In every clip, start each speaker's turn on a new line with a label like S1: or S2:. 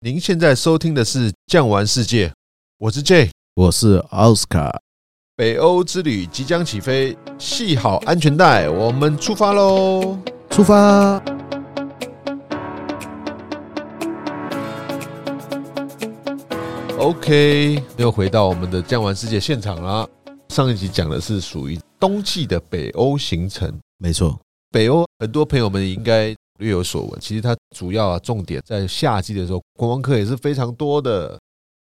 S1: 您现在收听的是《酱玩世界》，我是 J。
S2: 我是奥斯卡，
S1: 北欧之旅即将起飞，系好安全带，我们出发喽！
S2: 出发！
S1: OK，又回到我们的酱玩世界现场啦。上一集讲的是属于冬季的北欧行程，
S2: 没错，
S1: 北欧很多朋友们应该略有所闻。其实它主要啊重点在夏季的时候，观光客也是非常多的。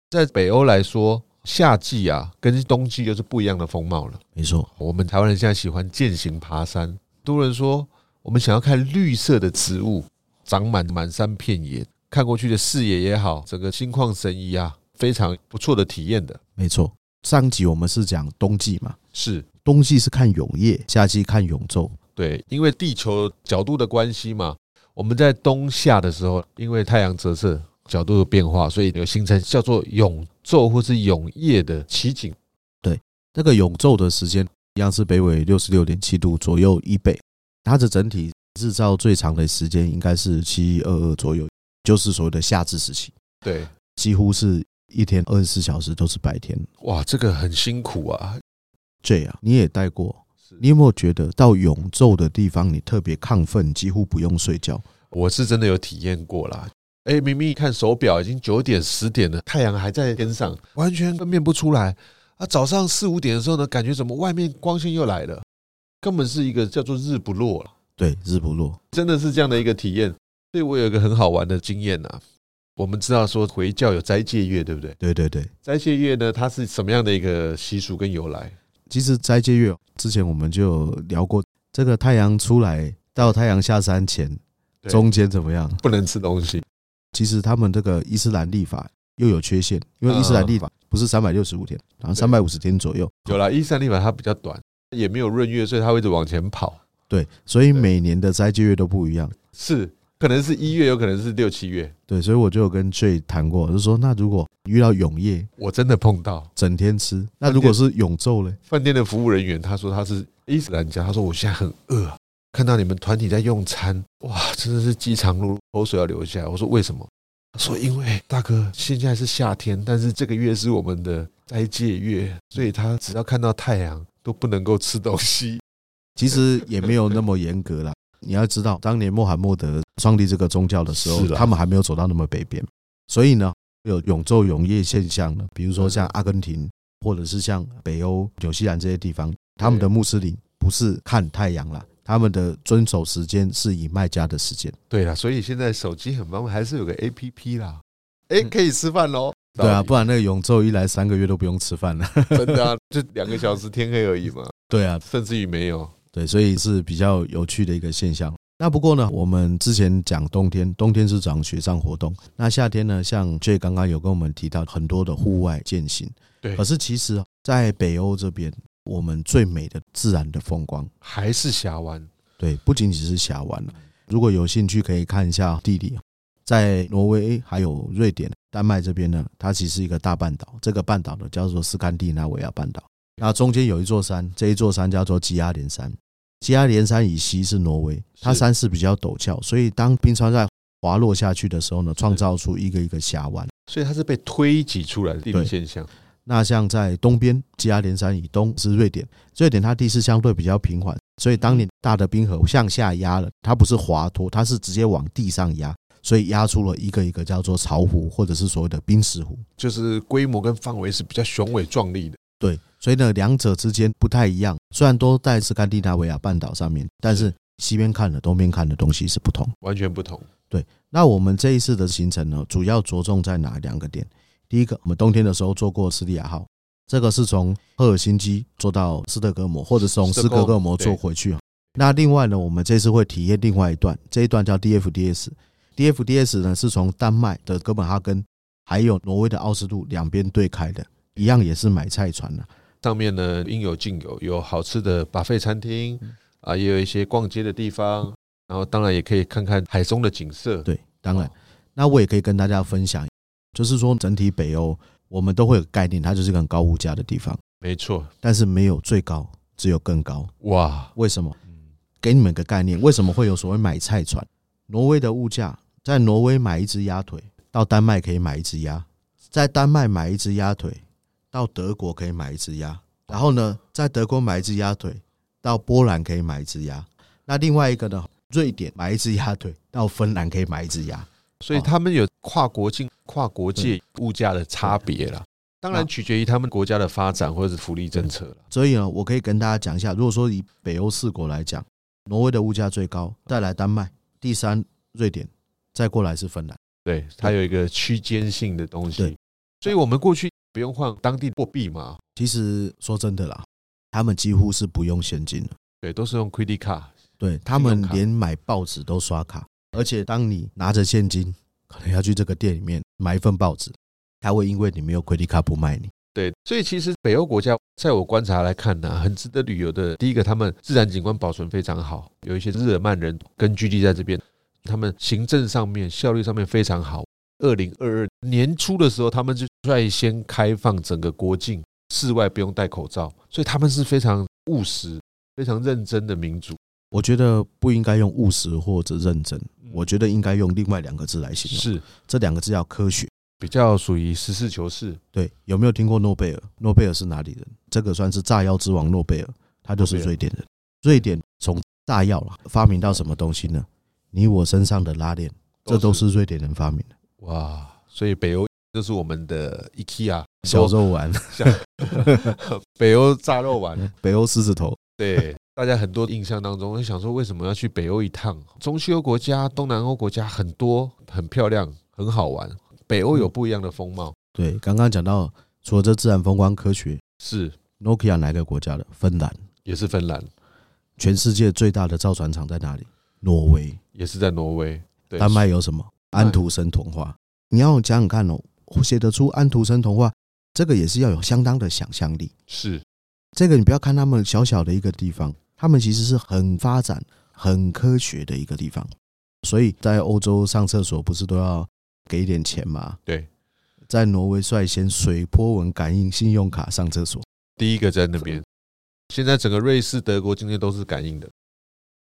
S1: 在北欧来说，夏季啊跟冬季又是不一样的风貌了。
S2: 没错，
S1: 我们台湾人现在喜欢践行爬山，很多人说我们想要看绿色的植物长满满山遍野，看过去的视野也好，整个心旷神怡啊，非常不错的体验的。
S2: 没错。上集我们是讲冬季嘛，
S1: 是
S2: 冬季是看永夜，夏季看永昼。
S1: 对，因为地球角度的关系嘛，我们在冬夏的时候，因为太阳折射角度的变化，所以有形成叫做永昼或是永夜的奇景。
S2: 那个永昼的时间一样是北纬六十六点七度左右以北，它的整体日照最长的时间应该是七二二左右，就是所谓的夏至时期，
S1: 对，
S2: 几乎是一天二十四小时都是白天。
S1: 哇，这个很辛苦啊。
S2: J 啊，你也带过，你有没有觉得到永昼的地方你特别亢奋，几乎不用睡觉？
S1: 我是真的有体验过啦。哎，明明一看手表已经九点十点了，太阳还在天上，完全分辨不出来。啊，早上四五点的时候呢，感觉怎么外面光线又来了，根本是一个叫做日不落了，
S2: 对，日不落，
S1: 真的是这样的一个体验。所以我有一个很好玩的经验呐、我们知道说回教有斋戒月，对不对？
S2: 对对对。
S1: 斋戒月呢，它是什么样的一个习俗跟由来？
S2: 其实斋戒月之前我们就有聊过，这个太阳出来到太阳下山前
S1: 对
S2: 中间怎么样？
S1: 不能吃东西，
S2: 其实他们这个伊斯兰历法又有缺陷，因为伊斯兰历法不是三百六十五天，然后
S1: 对
S2: 三百五十天左右。
S1: 有啦，伊斯兰历法它比较短，也没有闰月，所以它会一直往前跑。
S2: 对，所以
S1: 对
S2: 每年的斋戒月都不一样。
S1: 是，可能是一月，有可能是六七月。
S2: 对，所以我就有跟 J 谈过，我就说那如果遇到永夜
S1: 我真的碰到
S2: 整天吃，那如果是永昼嘞？
S1: 饭店的服务人员，他说他是伊斯兰教，他说我现在很饿啊，看到你们团体在用餐，哇，真的是饥肠辘辘，口水要流下来。我说为什么？他说因为大哥现在是夏天，但是这个月是我们的斋戒月，所以他只要看到太阳都不能够吃东西。
S2: 其实也没有那么严格啦。你要知道，当年穆罕默德创立这个宗教的时候
S1: 是，啦
S2: 他们还没有走到那么北边，所以呢，有永昼永夜现象呢。比如说像阿根廷，或者是像北欧、纽西兰这些地方，他们的穆斯林不是看太阳啦，他们的遵守时间是以麦加的时间。
S1: 对啦，所以现在手机很方便，还是有个 A P P 啦，哎、可以吃饭喽。
S2: 嗯对啊，不然那个永昼一来，三个月都不用吃饭了。
S1: 真的啊，就两个小时天黑而已嘛，
S2: 对啊，
S1: 甚至于没有。
S2: 对，所以是比较有趣的一个现象。那不过呢，我们之前讲冬天，冬天是讲雪上活动。那夏天呢，像 J 刚刚有跟我们提到很多的户外践行。
S1: 对
S2: 可是其实，在北欧这边，我们最美的自然的风光，
S1: 还是峡湾，
S2: 对，不仅仅是峡湾了。如果有兴趣，可以看一下地理，在挪威还有瑞典、丹麦这边呢，它其实是一个大半岛，这个半岛呢叫做斯堪的纳维亚半岛。那中间有一座山，这一座山叫做基阿连山。基阿连山以西是挪威，它
S1: 是
S2: 山势比较陡峭，所以当冰川在滑落下去的时候呢，创造出一个一个峡湾。
S1: 所以它是被推挤出来的地理
S2: 对
S1: 现象。
S2: 那像在东边，基阿连山以东是瑞典，瑞典它地势相对比较平缓，所以当年大的冰河向下压了，它不是滑脱，它是直接往地上压，所以压出了一个一个叫做巢湖，或者是所谓的冰石湖。
S1: 就是规模跟范围是比较雄伟壮丽的。
S2: 对，所以呢，两者之间不太一样，虽然都在斯堪的纳维亚半岛上面，但是西边看的、东边看的东西是不同。
S1: 完全不同。
S2: 那我们这一次的行程呢，主要着重在哪两个点？第一个，我们冬天的时候坐过斯里亚号，这个是从赫尔辛基坐到斯德哥尔摩，或者是从斯德哥尔摩坐回去。啊那另外呢，我们这次会体验另外一段，这一段叫 DFDS。DFDS 呢是从丹麦的哥本哈根，还有挪威的奥斯陆两边对开的，一样也是买菜船啊了、
S1: 上面呢应有尽有，有好吃的把费餐厅
S2: 嗯
S1: 啊，也有一些逛街的地方，然后当然也可以看看海中的景色。
S2: 对，当然
S1: 哦，
S2: 那我也可以跟大家分享，就是说整体北欧我们都会有个概念，它就是一个很高物价的地方。
S1: 没错，
S2: 但是没有最高，只有更高。
S1: 哇，
S2: 为什么？给你们个概念，为什么会有所谓买菜船？挪威的物价，在挪威买一只鸭腿到丹麦可以买一只鸭，在丹麦买一只鸭腿，到德国可以买一只鸭，然后呢，在德国买一只鸭腿，到波兰可以买一只鸭。那另外一个呢，瑞典买一只鸭腿，到芬兰可以买一只鸭。
S1: 所以他们有跨国境、跨国界物价的差别啦。当然取决于他们国家的发展或者是福利政策了。
S2: 所以呢，我可以跟大家讲一下，如果说以北欧四国来讲，挪威的物价最高，再来丹麦，第三瑞典，再过来是芬兰。
S1: 对，它有一个区间性的东西
S2: 对。
S1: 所以我们过去不用换当地货币嘛，
S2: 其实说真的啦，他们几乎是不用现金的，
S1: 对，都是用 credit card。
S2: 对他
S1: 用
S2: 们
S1: 卡
S2: 连买报纸都刷卡，而且当你拿着现金，可能要去这个店里面买一份报纸，他会因为你没有 credit card 不卖你。
S1: 对，所以其实北欧国家，在我观察来看呢、很值得旅游的。第一个，他们自然景观保存非常好，有一些日耳曼人根据地在这边，他们行政上面效率上面非常好。二零二二年初的时候，他们就率先开放整个国境，室外不用戴口罩，所以他们是非常务实、非常认真的民族。
S2: 我觉得不应该用务实或者认真，我觉
S1: 得
S2: 得应该用另外两个字来形
S1: 嗯
S2: 容，
S1: 是
S2: 这两个字叫科学。
S1: 比较属于实事求是，
S2: 对，有没有听过诺贝尔？诺贝尔是哪里人？这个算是炸药之王诺贝尔，他就是瑞典人。瑞典从炸药啦发明到什么东西呢？你我身上的拉链，这都是瑞典人发明的。
S1: 哇。所以北欧就是我们的 IKEA
S2: 小肉 丸，
S1: 北欧炸肉丸，
S2: 北欧狮子头，
S1: 对，大家很多印象当中，会想说为什么要去北欧一趟？中西欧国家、东南欧国家很多，很漂亮，很好玩。北欧有
S2: 嗯
S1: 不一样的风貌，
S2: 对，刚刚讲到，除了这自然风光科学
S1: 是
S2: ，Nokia 哪个国家的？芬兰。
S1: 也是芬兰，
S2: 全世界最大的造船厂在哪里？挪威。
S1: 也是在挪威，对，
S2: 丹麦有什么？安徒生童话。你要想想看哦，写得出安徒生童话，这个也是要有相当的想象力。
S1: 是
S2: 这个你不要看他们小小的一个地方，他们其实是很发展、很科学的一个地方。所以在欧洲上厕所不是都要给一点钱吗？
S1: 对，
S2: 在挪威率先水波纹感应信用卡上厕所。
S1: 第一个在那边。
S2: 嗯
S1: 现在整个瑞士、德国今天都是感应的，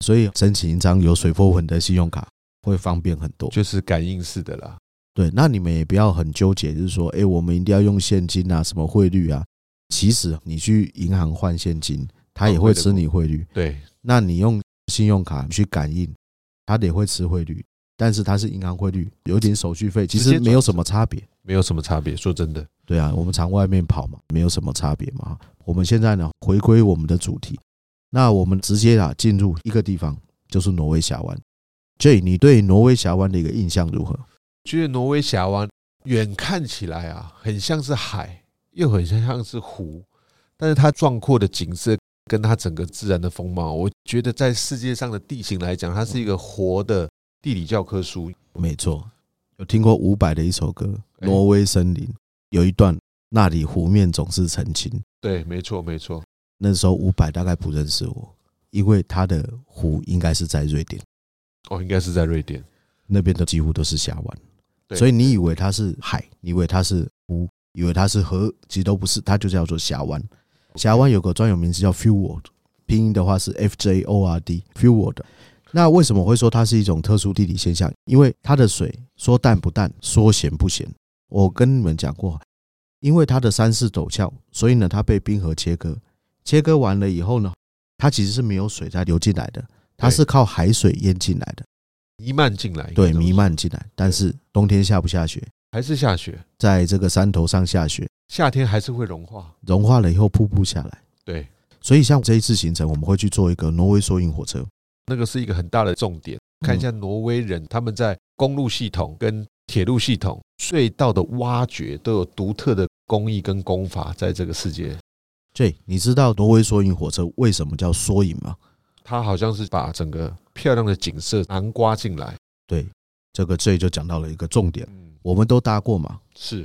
S2: 所以申请一张有水波纹的信用卡会方便很多。
S1: 就是感应式的啦。
S2: 对，那你们也不要很纠结，就是说，哎，我们一定要用现金啊，什么汇率啊。其实你去银行换现金，它也会吃你汇率。
S1: 对，
S2: 那你用信用卡去感应，它也会吃汇率，但是它是银行汇率，有点手续费，其
S1: 直接
S2: 实
S1: 转
S2: 没有什么差别。
S1: 没有什么差别。说真的，
S2: 对啊，我们常外面跑嘛，没有什么差别嘛。我们现在呢，回归我们的主题，那我们直接啊进入一个地方，就是挪威峡湾。J，你对挪威峡湾的一个印象如何？
S1: 觉得挪威峡湾远看起来啊，很像是海，又很像像是湖，但是它壮阔的景色跟它整个自然的风貌，我觉得在世界上的地形来讲，它是一个活的地理教科书。
S2: 没错，有听过伍佰的一首歌《
S1: 哎
S2: 挪威森林》，有一段那里湖面总是澄清。
S1: 对，没错，没错，
S2: 那时候伍佰大概不认识我，因为他的湖应该是在瑞典
S1: 哦，应该是在瑞典。
S2: 那边的，几乎都是峡湾，
S1: 对
S2: 所以你以为它是海，你以为它是湖，以为它是河，其实都不是，它就叫做峡湾。峡湾有个专有名词叫 fjord，拼音的话是 F J O R D fjord。那为什么会说它是一种特殊地理现象？因为它的水说淡不淡，说咸不咸。我跟你们讲过，因为它的山势陡峭，所以呢，它被冰河切割。切割完了以后呢，它其实是没有水再流进来的，它
S1: 对
S2: 是靠海水淹进来的，
S1: 弥漫进来，
S2: 对，弥漫进来。但是冬天下不下雪，
S1: 还是下雪，
S2: 在这个山头上下雪，
S1: 夏天还是会融化。
S2: 融化了以后瀑布下来。
S1: 对，
S2: 所以像这一次行程，我们会去做一个挪威缩影火车。嗯
S1: 那个是一个很大的重点。看一下挪威人他们在公路系统、跟铁路系统、隧道的挖掘都有独特的工艺跟工法，在这个世界，
S2: J，你知道挪威缩影火车为什么叫缩影吗？
S1: 他好像是把整个漂亮的景色南瓜进来。
S2: 对，这个 J 就讲到了一个重点，
S1: 嗯，
S2: 我们都搭过嘛。
S1: 是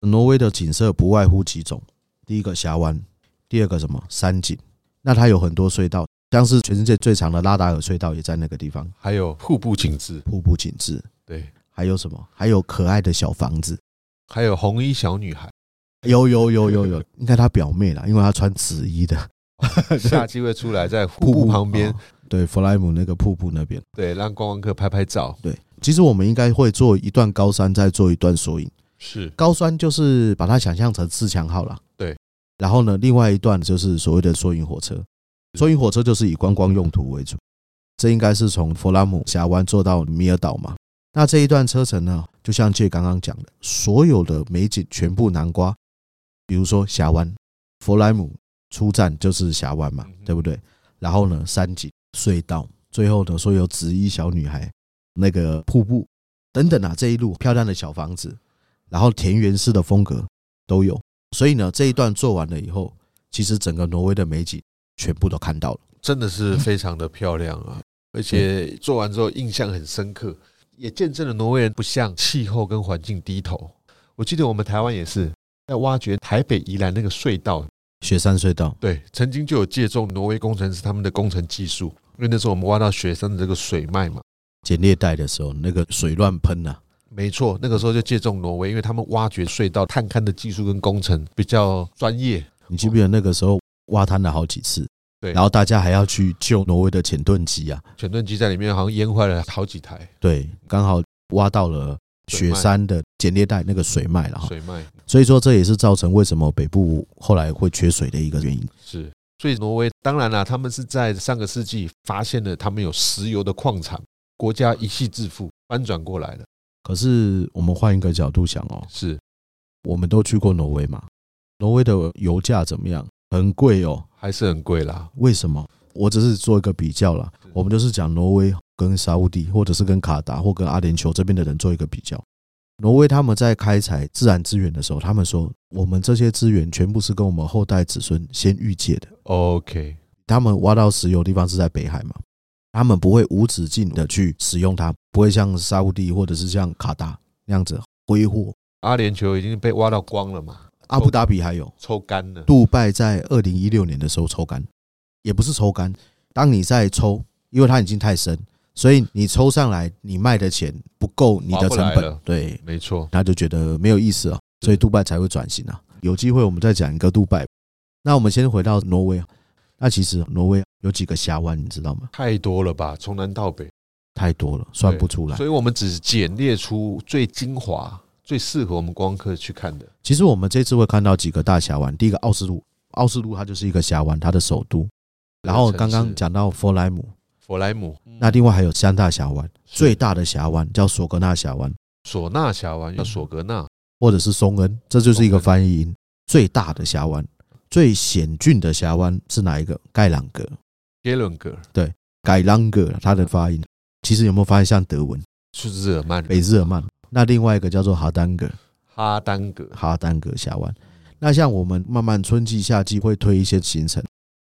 S2: 挪威的景色不外乎几种，第一个峡湾，第二个什么山景，那它有很多隧道，像是全世界最长的拉达尔隧道也在那个地方，
S1: 还有瀑布景致，
S2: 瀑布景致，
S1: 对，
S2: 还有什么？还有可爱的小房子，
S1: 还有红衣小女 孩，
S2: 有有有有有，应该她表妹啦，因为她穿紫衣的
S1: 夏季会出 来在瀑布旁边嗯
S2: 哦，对弗莱姆那个瀑布那边。
S1: 对，让观光客拍拍照。
S2: 对，其实我们应该会做一段高山，再做一段索引。
S1: 是
S2: 高山就是把它想象成自强号了，
S1: 对。
S2: 然后呢，另外一段就是所谓的缩影火车，缩影火车就是以观光用途为主。这应该是从弗拉姆峡湾坐到米尔岛嘛？那这一段车程呢，就像借刚刚讲的，所有的美景全部南瓜，比如说峡湾，弗莱姆出站就是峡湾嘛
S1: 嗯，哼
S2: 对不对？然后呢，山景、隧道，最后呢，说有紫衣小女孩、那个瀑布等等啊，这一路漂亮的小房子，然后田园式的风格都有。所以呢，这一段做完了以后，其实整个挪威的美景全部都看到了。
S1: 真的是非常的漂亮啊！而且做完之后印象很深刻，也见证了挪威人不向气候跟环境低头。我记得我们台湾也是在挖掘台北宜兰那个隧道，
S2: 雪山隧道，
S1: 对，曾经就有借重挪威工程师他们的工程技术，因为那时候我们挖到雪山的这个水脉嘛，
S2: 剪裂带的时候，那个水乱喷啊呐、
S1: 没错，那个时候就借重挪威，因为他们挖掘隧道探勘的技术跟工程比较专业，
S2: 你记不记得那个时候挖滩了好几次？
S1: 对
S2: 然后大家还要去救挪威的潜盾机啊，
S1: 全盾机在里面好像淹坏了好几台
S2: 对，刚好挖到了
S1: 水
S2: 雪
S1: 脉
S2: 山的剪裂带那个水脉了哈，
S1: 水脉，
S2: 所以说这也是造成为什么北部后来会缺水的一个原因。
S1: 是，所以挪威当然啦、他们是在上个世纪发现了他们有石油的矿产，国家一夕致富，翻转过来了。
S2: 可是我们换一个角度想哦，
S1: 是，
S2: 我们都去过挪威嘛，挪威的油价怎么样？很贵哦，
S1: 还是很贵啦。
S2: 为什么？我只是做一个比较啦，我们就是讲挪威跟沙乌地，或者是跟卡达或跟阿联酋这边的人做一个比较。挪威他们在开采自然资源的时候，他们说我们这些资源全部是跟我们后代子孙先预借的。
S1: OK，
S2: 他们挖到石油的地方是在北海嘛，他们不会无止境的去使用它，不会像沙乌地或者是像卡达那样子挥霍。
S1: 阿联酋已经被挖到光了嘛，
S2: 阿布达比还有，
S1: 抽干了。
S2: 杜拜在二零一六年的时候抽干，也不是抽干，当你在抽，因为它已经太深，所以你抽上来，你卖的钱不够你的成
S1: 划不来
S2: 本
S1: 了，
S2: 对，
S1: 没错，
S2: 他就觉得没有意思哦，所以杜拜才会转型啊。有机会我们再讲一个杜拜。那我们先回到挪威，啊那其实挪威有几个峡湾，你知道吗？
S1: 太多了吧，从南到北，
S2: 太多了，算不出来
S1: 所。以我们只简列出最精华、最适合我们观光客去看的。
S2: 其实我们这次会看到几个大峡湾，第一个奥斯陆，奥斯陆它就是一个峡湾，它的首都。然后刚刚讲到弗莱姆，
S1: 弗莱姆，
S2: 那另外还有三大峡湾，
S1: 是
S2: 最大的峡湾叫索格纳峡湾，
S1: 索纳峡湾叫索格纳，
S2: 或者是松恩，这就是一个翻译音。最大的峡湾，最险峻的峡湾是哪一个？盖朗格，
S1: 耶伦格、
S2: 盖朗格，它的发音。其实有没有发现像德文？
S1: 是日耳曼、
S2: 北日耳曼。那另外一个叫做哈丹格，
S1: 哈丹格，
S2: 哈丹格峡湾。那像我们慢慢春季、夏季会推一些行程，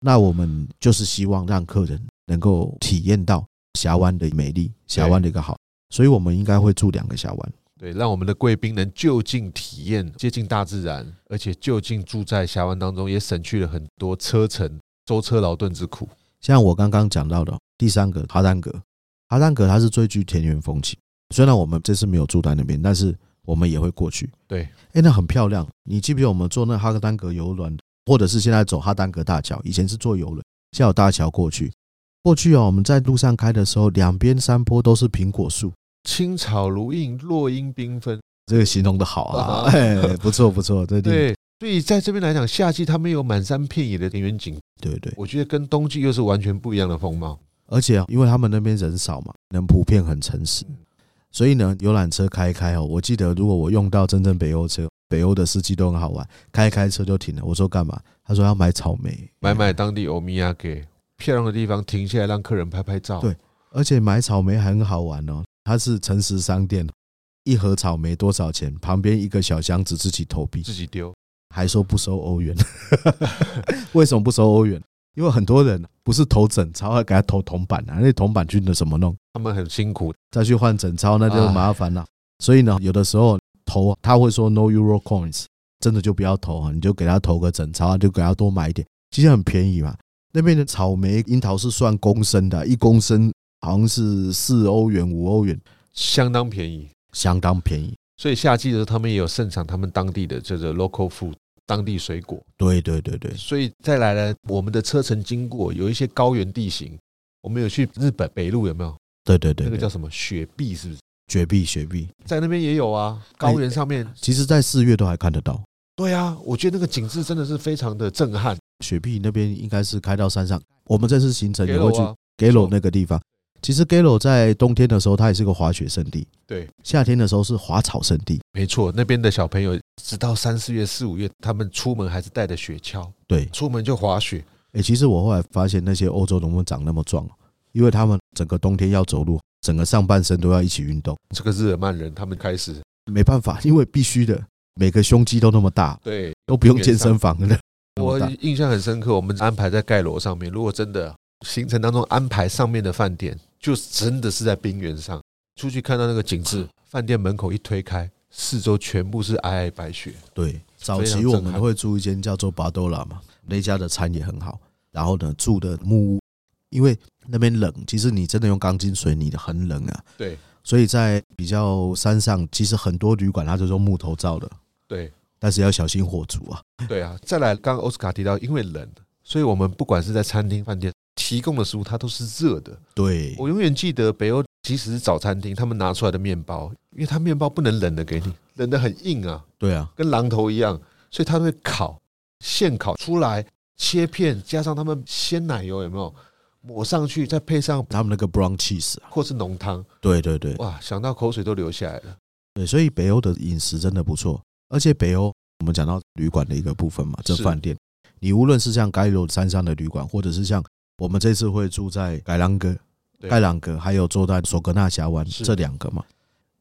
S2: 那我们就是希望让客人能够体验到峡湾的美丽，峡湾的一个好，所以我们应该会住两个峡湾。
S1: 对，让我们的贵宾能就近体验、接近大自然，而且就近住在峡湾当中，也省去了很多车程、舟车劳顿之苦。
S2: 像我刚刚讲到的第三个哈丹格，哈丹格它是最具田园风情。虽然我们这次没有住在那边，但是我们也会过去。
S1: 对，
S2: 哎，那很漂亮。你记不记得我们坐那哈丹格游轮，或者是现在走哈丹格大桥？以前是坐游轮，现在有大桥过去。过去哦，我们在路上开的时候，两边山坡都是苹果树，
S1: 青草如印，落英缤纷。
S2: 这个形容的好啊，哎，不错不错，这地
S1: 对，所以在这边来讲，夏季他们有满山遍野的田园景，
S2: 对对。
S1: 我觉得跟冬季又是完全不一样的风貌。
S2: 而且、哦、因为他们那边人少嘛，人普遍很诚实，所以呢，游览车开一开哦，我记得如果我用到真正北欧车，北欧的司机都很好玩，开一开车就停了。我说干嘛？他说要买草莓，
S1: 买买当地欧米亚给漂亮的地方停下来，让客人拍拍照。
S2: 对而且买草莓很好玩哦，它是诚实商店，一盒草莓多少钱？旁边一个小箱子自己投币，
S1: 自己丢，
S2: 还说不收欧元， 为什么不收欧元？因为很多人不是投整钞，还给他投铜板啊，那铜板去那怎么弄？
S1: 他们很辛苦。
S2: 再去换整钞那就
S1: 哎
S2: 麻烦了。所以呢，有的时候投他会说 no euro coins，真的就不要投啊，你就给他投个整钞，就给他多买一点，其实很便宜嘛。那边的草莓、樱桃是算公升的，一公升好像是四欧元、五欧元，
S1: 相当便宜。
S2: 相当便宜。
S1: 所以夏季的时候，他们也有盛产他们当地的这个 local food，当地水果。
S2: 对对对对，
S1: 所以再来呢，我们的车程经过有一些高原地形，我们有去日本北路有没有？
S2: 对对对
S1: 那个
S2: 对
S1: 叫什么雪碧是不是？
S2: 雪碧，雪碧，
S1: 在那边也有啊，高原上面。
S2: 其实在四月都还看得到。
S1: 对啊，我觉得那个景致真的是非常的震撼。
S2: 雪碧那边应该是开到山上，我们这次行程也会去
S1: 啊，
S2: Gelo 那个地方。其实 Gelo 在冬天的时候，它也是个滑雪圣地；
S1: 对，
S2: 夏天的时候是滑草圣地。
S1: 没错，那边的小朋友直到三四月、四五月，他们出门还是带着雪橇，
S2: 对，
S1: 出门就滑雪。
S2: 诶，其实我后来发现那些欧洲农夫长那么壮，因为他们整个冬天要走路，整个上半身都要一起运动，
S1: 这个日耳曼人他们开始
S2: 没办法， 因为必须的，每个胸肌都那么大，
S1: 对
S2: 都不用健身房的。那么
S1: 我
S2: 大
S1: 印象很深刻，我们安排在盖罗上面，如果真的行程当中安排上面的饭店，就真的是在冰原上，出去看到那个景 致，饭店门口一推开，四周全部是皑皑白雪。
S2: 对，早
S1: 非常
S2: 期
S1: 震
S2: 我
S1: 撼
S2: 们会住一间叫做巴多拉嘛，那家的餐也很好，然后呢住的木屋，因为那边冷，其实你真的用钢筋水泥的很冷啊，
S1: 对
S2: 所以在比较山上，其实很多旅馆它就是用木头造的，
S1: 对
S2: 但是要小心火烛啊。
S1: 对啊！再来，刚刚奥斯卡提到，因为冷，所以我们不管是在餐厅、饭店提供的食物，它都是热的。
S2: 对，
S1: 我永远记得北欧，即使是早餐厅，他们拿出来的面包，因为它面包不能冷的给你，冷的很硬啊，
S2: 对啊，
S1: 跟榔头一样，所以它会烤，现烤出来，切片，加上他们鲜奶油有没有抹上去，再配上
S2: 他们那个 brown cheese 啊，
S1: 或是浓汤，
S2: 对对对
S1: 哇，想到口水都流下来了。
S2: 对，所以北欧的饮食真的不错，而且北欧我们讲到旅馆的一个部分嘛，这
S1: 是
S2: 饭店，你无论是像盖罗山上的旅馆，或者是像我们这次会住在盖朗格、
S1: 对
S2: 盖朗格，还有坐在索格纳峡湾
S1: 是
S2: 这两个嘛，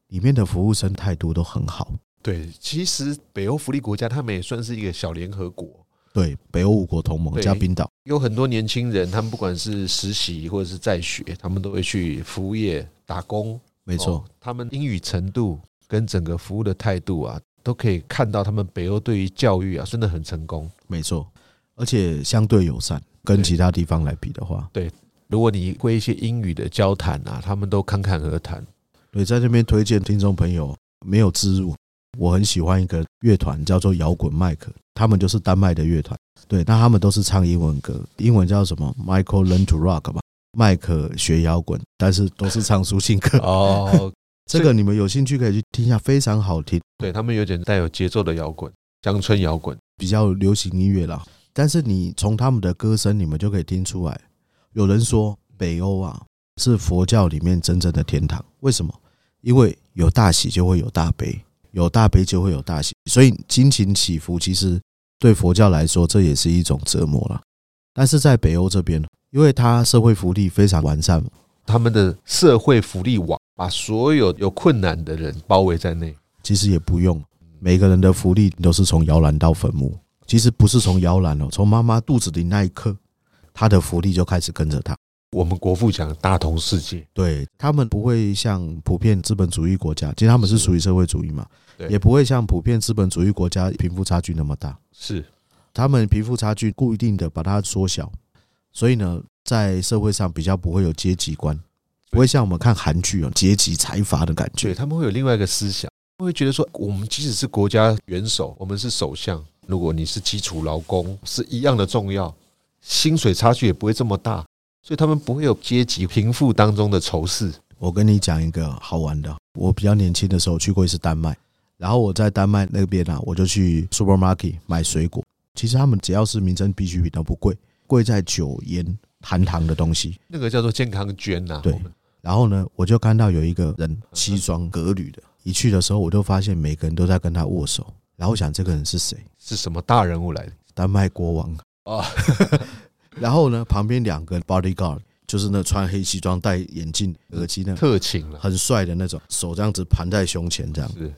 S2: 里面的服务生态度都很好。
S1: 对，其实北欧福利国家他们也算是一个小联合国，
S2: 对，北欧五国同盟
S1: 对
S2: 加冰岛。
S1: 有很多年轻人，他们不管是实习或者是在学，他们都会去服务业打工，
S2: 没错，
S1: 哦他们英语程度跟整个服务的态度啊，都可以看到他们北欧对于教育啊，真的很成功。
S2: 没错，而且相对友善，跟
S1: 对
S2: 其他地方来比的话，
S1: 如果你会一些英语的交谈啊，他们都侃侃而谈。
S2: 对，在这边推荐听众朋友没有植入，我很喜欢一个乐团叫做摇滚麦克，他们就是丹麦的乐团，对，那他们都是唱英文歌，英文叫什么？Michael Learn to Rock 吧，麦克学摇滚，但是都是唱抒情歌。
S1: 哦，
S2: 这个你们有兴趣可以去听一下，非常好听，
S1: 对他们有点带有节奏的摇滚，乡村摇滚。
S2: 比较流行音乐啦。但是你从他们的歌声，你们就可以听出来，有人说北欧啊是佛教里面真正的天堂，为什么？因为有大喜就会有大悲，有大悲就会有大喜，所以心情起伏其实对佛教来说这也是一种折磨啦。但是在北欧这边，因为它社会福利非常完善，
S1: 他们的社会福利网把所有有困难的人包围在内。
S2: 其实也不用，每个人的福利都是从摇篮到坟墓。其实不是从摇篮哦，从妈妈肚子里那一刻，他的福利就开始跟着他。
S1: 我们国父讲大同世界，
S2: 对他们不会像普遍资本主义国家，其实他们是
S1: 是
S2: 属于社会主义嘛，
S1: 对
S2: 也不会像普遍资本主义国家贫富差距那么大。
S1: 是
S2: 他们贫富差距固定的把它缩小，所以呢，在社会上比较不会有阶级观，不会像我们看韩剧有阶级财阀的感
S1: 对
S2: 觉。
S1: 他们会有另外一个思想，他们会觉得说，我们即使是国家元首，我们是首相，如果你是基础劳工，是一样的重要，薪水差距也不会这么大，所以他们不会有阶级贫富当中的仇视。
S2: 我跟你讲一个好玩的，我比较年轻的时候去过一次丹麦，然后我在丹麦那边啊，我就去 supermarket 买水果。其实他们只要是民生必需品都不贵，贵在酒烟含糖的东西。
S1: 那个叫做健康捐呐、
S2: 对
S1: 我们
S2: 然后呢，我就看到有一个人西装革履的，一去的时候我就发现每个人都在跟他握手，然后我想这个人是谁？
S1: 是什么大人物来的
S2: 丹麦国王。
S1: 啊？
S2: 然后呢，旁边两个 bodyguard 就是那穿黑西装、戴眼镜、耳机那
S1: 特勤了，
S2: 很帅的那种，手这样子盘在胸前这样。
S1: 是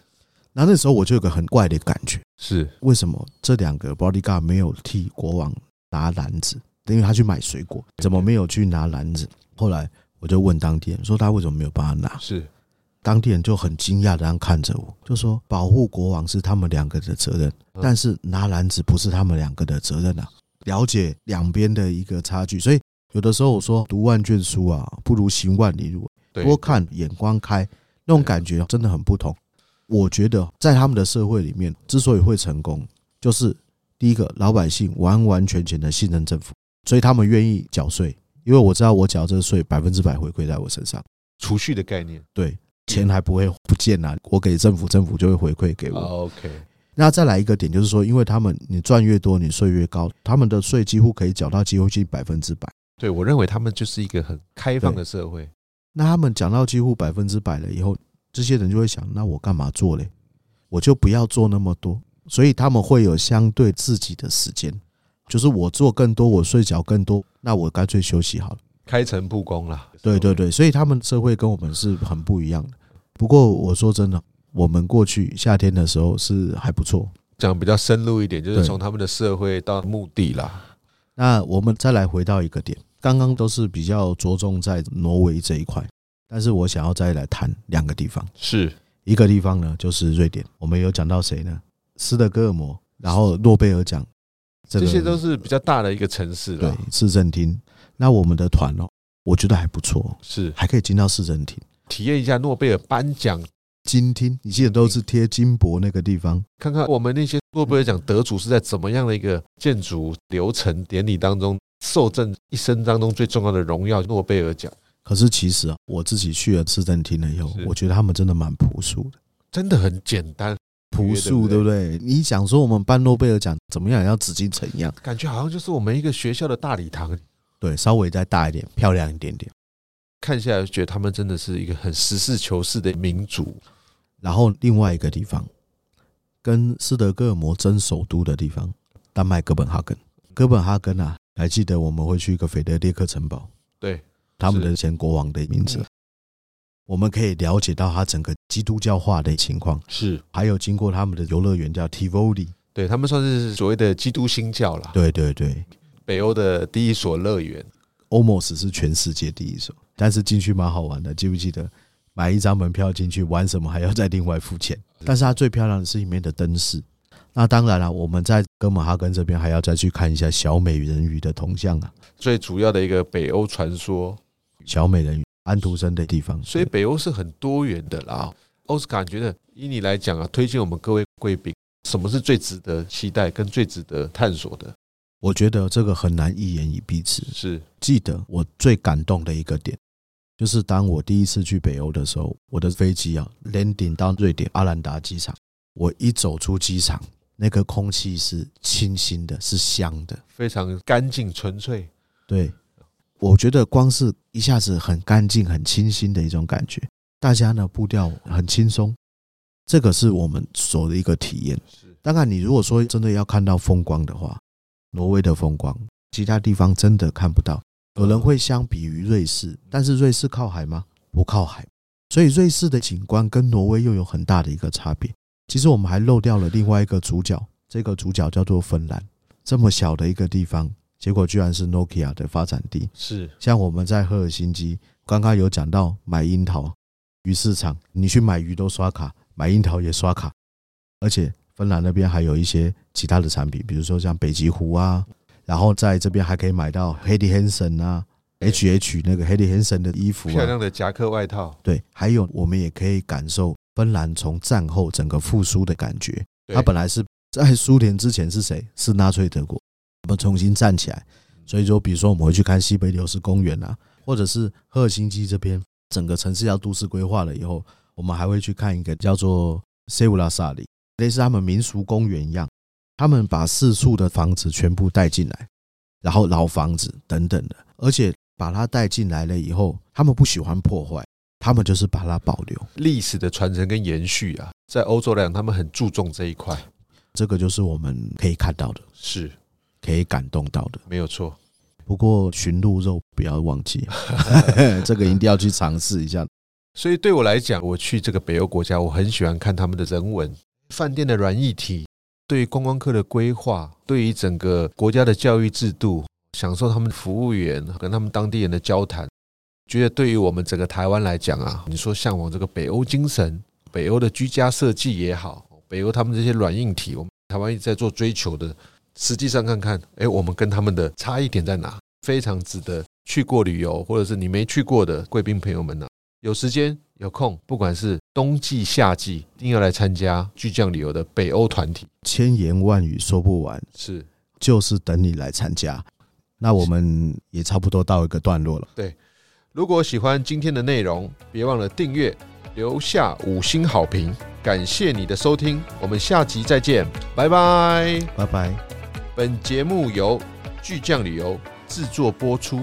S2: 然后那时候我就有个很怪的感觉，
S1: 是
S2: 为什么这两个 bodyguard 没有替国王拿篮子？因为他去买水果，怎么没有去拿篮子？后来我就问当地人说他为什么没有帮他拿，
S1: 是，
S2: 当地人就很惊讶的这样看着我，就说保护国王是他们两个的责任，
S1: 嗯
S2: 但是拿篮子不是他们两个的责任啊。了解两边的一个差距，所以有的时候我说读万卷书啊，不如行万里路，
S1: 对，
S2: 多看眼光开，那种
S1: 对
S2: 感觉真的很不同。我觉得在他们的社会里面，之所以会成功，就是第一个老百姓完完全全的信任政府，所以他们愿意缴税，因为我知道我缴这个税百分之百回馈在我身上。
S1: 储蓄的概念，
S2: 对，钱还不会不见啊，我给政府，政府就会回馈给我。
S1: 啊 OK，
S2: 那再来一个点就是说，因为他们你赚越多，你税越高，他们的税几乎可以缴到几乎近百分之百。
S1: 对我认为他们就是一个很开放的社会，
S2: 那他们讲到几乎百分之百了以后，这些人就会想，那我干嘛做嘞？我就不要做那么多，所以他们会有相对自己的时间，就是我做更多，我睡觉更多，那我干脆休息好了。
S1: 开诚布公啦。
S2: 对对对，所以他们社会跟我们是很不一样的。不过我说真的，我们过去夏天的时候是还不错。
S1: 讲比较深入一点，就是
S2: 对
S1: 从他们的社会到目的啦。
S2: 那我们再来回到一个点，刚刚都是比较着重在挪威这一块，但是我想要再来谈两个地方。
S1: 是
S2: 一个地方呢就是瑞典，我们有讲到谁呢？斯德哥尔摩，然后诺贝尔奖，这
S1: 这
S2: 个
S1: 些都是比较大的一个城市
S2: 对
S1: 啦。
S2: 市政厅。那我们的团哦，我觉得还不错，哦
S1: 是
S2: 还可以进到市政厅。
S1: 体验一下诺贝尔颁奖，
S2: 金厅，你记得都是贴金箔那个地方，
S1: 看看我们那些诺贝尔奖得主是在怎么样的一个建筑流程典礼当中受赠一生当中最重要的荣耀——诺贝尔奖，
S2: 可是其实啊，我自己去了市政厅了以后
S1: 是，
S2: 我觉得他们真的蛮朴素的，
S1: 真的很简单，
S2: 朴素对
S1: 对
S2: 不对？你想说我们颁诺贝尔奖怎么样也要紫禁城一样，
S1: 感觉好像就是我们一个学校的大礼堂。
S2: 对，稍微再大一点，漂亮一点点。
S1: 看下来，觉得他们真的是一个很实事求是的民族。
S2: 然后另外一个地方，跟斯德哥尔摩争首都的地方，丹麦哥本哈根。哥本哈根啊，还记得我们会去一个腓特烈克城堡，
S1: 对，
S2: 他们
S1: 是
S2: 的前国王的名字
S1: 嗯，
S2: 我们可以了解到他整个基督教化的情况，
S1: 是
S2: 还有经过他们的游乐园叫 Tivoli，
S1: 对他们算是所谓的基督新教啦，
S2: 对对对
S1: 北欧的第一所乐园。
S2: ，almost 是全世界第一所，但是进去蛮好玩的，记不记得？买一张门票进去玩什么还要再另外付钱，但是它最漂亮的是里面的灯饰。那当然了、我们在哥本哈根这边还要再去看一下小美人鱼的铜像啊，
S1: 最主要的一个北欧传说，
S2: 小美人鱼安徒生的地方。
S1: 所以北欧是很多元的啦。奥斯卡觉得，以你来讲啊，推荐我们各位贵宾，什么是最值得期待跟最值得探索的？
S2: 我觉得这个很难一言以蔽之。
S1: 是
S2: 记得我最感动的一个点，就是当我第一次去北欧的时候，我的飞机啊 landing 到瑞典阿兰达机场，我一走出机场，那个空气是清新的，是香的。
S1: 非常干净纯粹，
S2: 对，我觉得光是一下子很干净、很清新的一种感觉，大家呢步调很轻松，这个是我们所的一个体验。
S1: 是
S2: 当然，你如果说真的要看到风光的话，挪威的风光，其他地方真的看不到。有人会相比于瑞士，但是瑞士靠海吗？不靠海，所以瑞士的景观跟挪威又有很大的一个差别。其实我们还漏掉了另外一个主角，这个主角叫做芬兰。这么小的一个地方，结果居然是 Nokia 的发展地。
S1: 是
S2: 像我们在赫尔辛基，刚刚有讲到买樱桃，鱼市场你去买鱼都刷卡，买樱桃也刷卡，而且芬兰那边还有一些其他的产品，比如说像北极狐啊，然后在这边还可以买到 Hedy Hansen 啊，H H 那个 Hedy Hansen 的衣服
S1: 漂
S2: 啊，
S1: 亮的夹克外套，
S2: 对，还有我们也可以感受芬兰从战后整个复苏的感觉。
S1: 对
S2: 它本来是在苏联之前是谁？是纳粹德国，我们重新站起来。所以说，比如说我们会去看西北流士公园啊，或者是赫尔辛基这边整个城市要都市规划了以后，我们还会去看一个叫做塞乌拉萨里，类似他们民俗公园一样，他们把四处的房子全部带进来，然后老房子等等的，而且把它带进来了以后，他们不喜欢破坏，他们就是把它保留。
S1: 历史的传承跟延续啊，在欧洲来讲，他们很注重这一块，
S2: 这个就是我们可以看到的，
S1: 是
S2: 可以感动到的。
S1: 没有错。
S2: 不过寻鹿肉不要忘记， 这个一定要去尝试一下。
S1: 所以对我来讲，我去这个北欧国家，我很喜欢看他们的人文、饭店的软议题，对于观光客的规划，对于整个国家的教育制度，享受他们服务员跟他们当地人的交谈。觉得对于我们整个台湾来讲啊，你说向往这个北欧精神、北欧的居家设计也好，北欧他们这些软硬体，我们台湾一直在做追求的，实际上看看，哎，我们跟他们的差异点在哪？非常值得去过旅游，或者是你没去过的贵宾朋友们呢、啊有时间有空，不管是冬季、夏季，一定要来参加巨匠旅游的北欧团体。
S2: 千言万语说不完，
S1: 是
S2: 就是等你来参加。那我们也差不多到一个段落了。
S1: 如果喜欢今天的内容，别忘了订阅、留下五星好评。感谢你的收听，我们下集再见，拜拜。
S2: 拜拜。
S1: 本节目由巨匠旅游制作播出。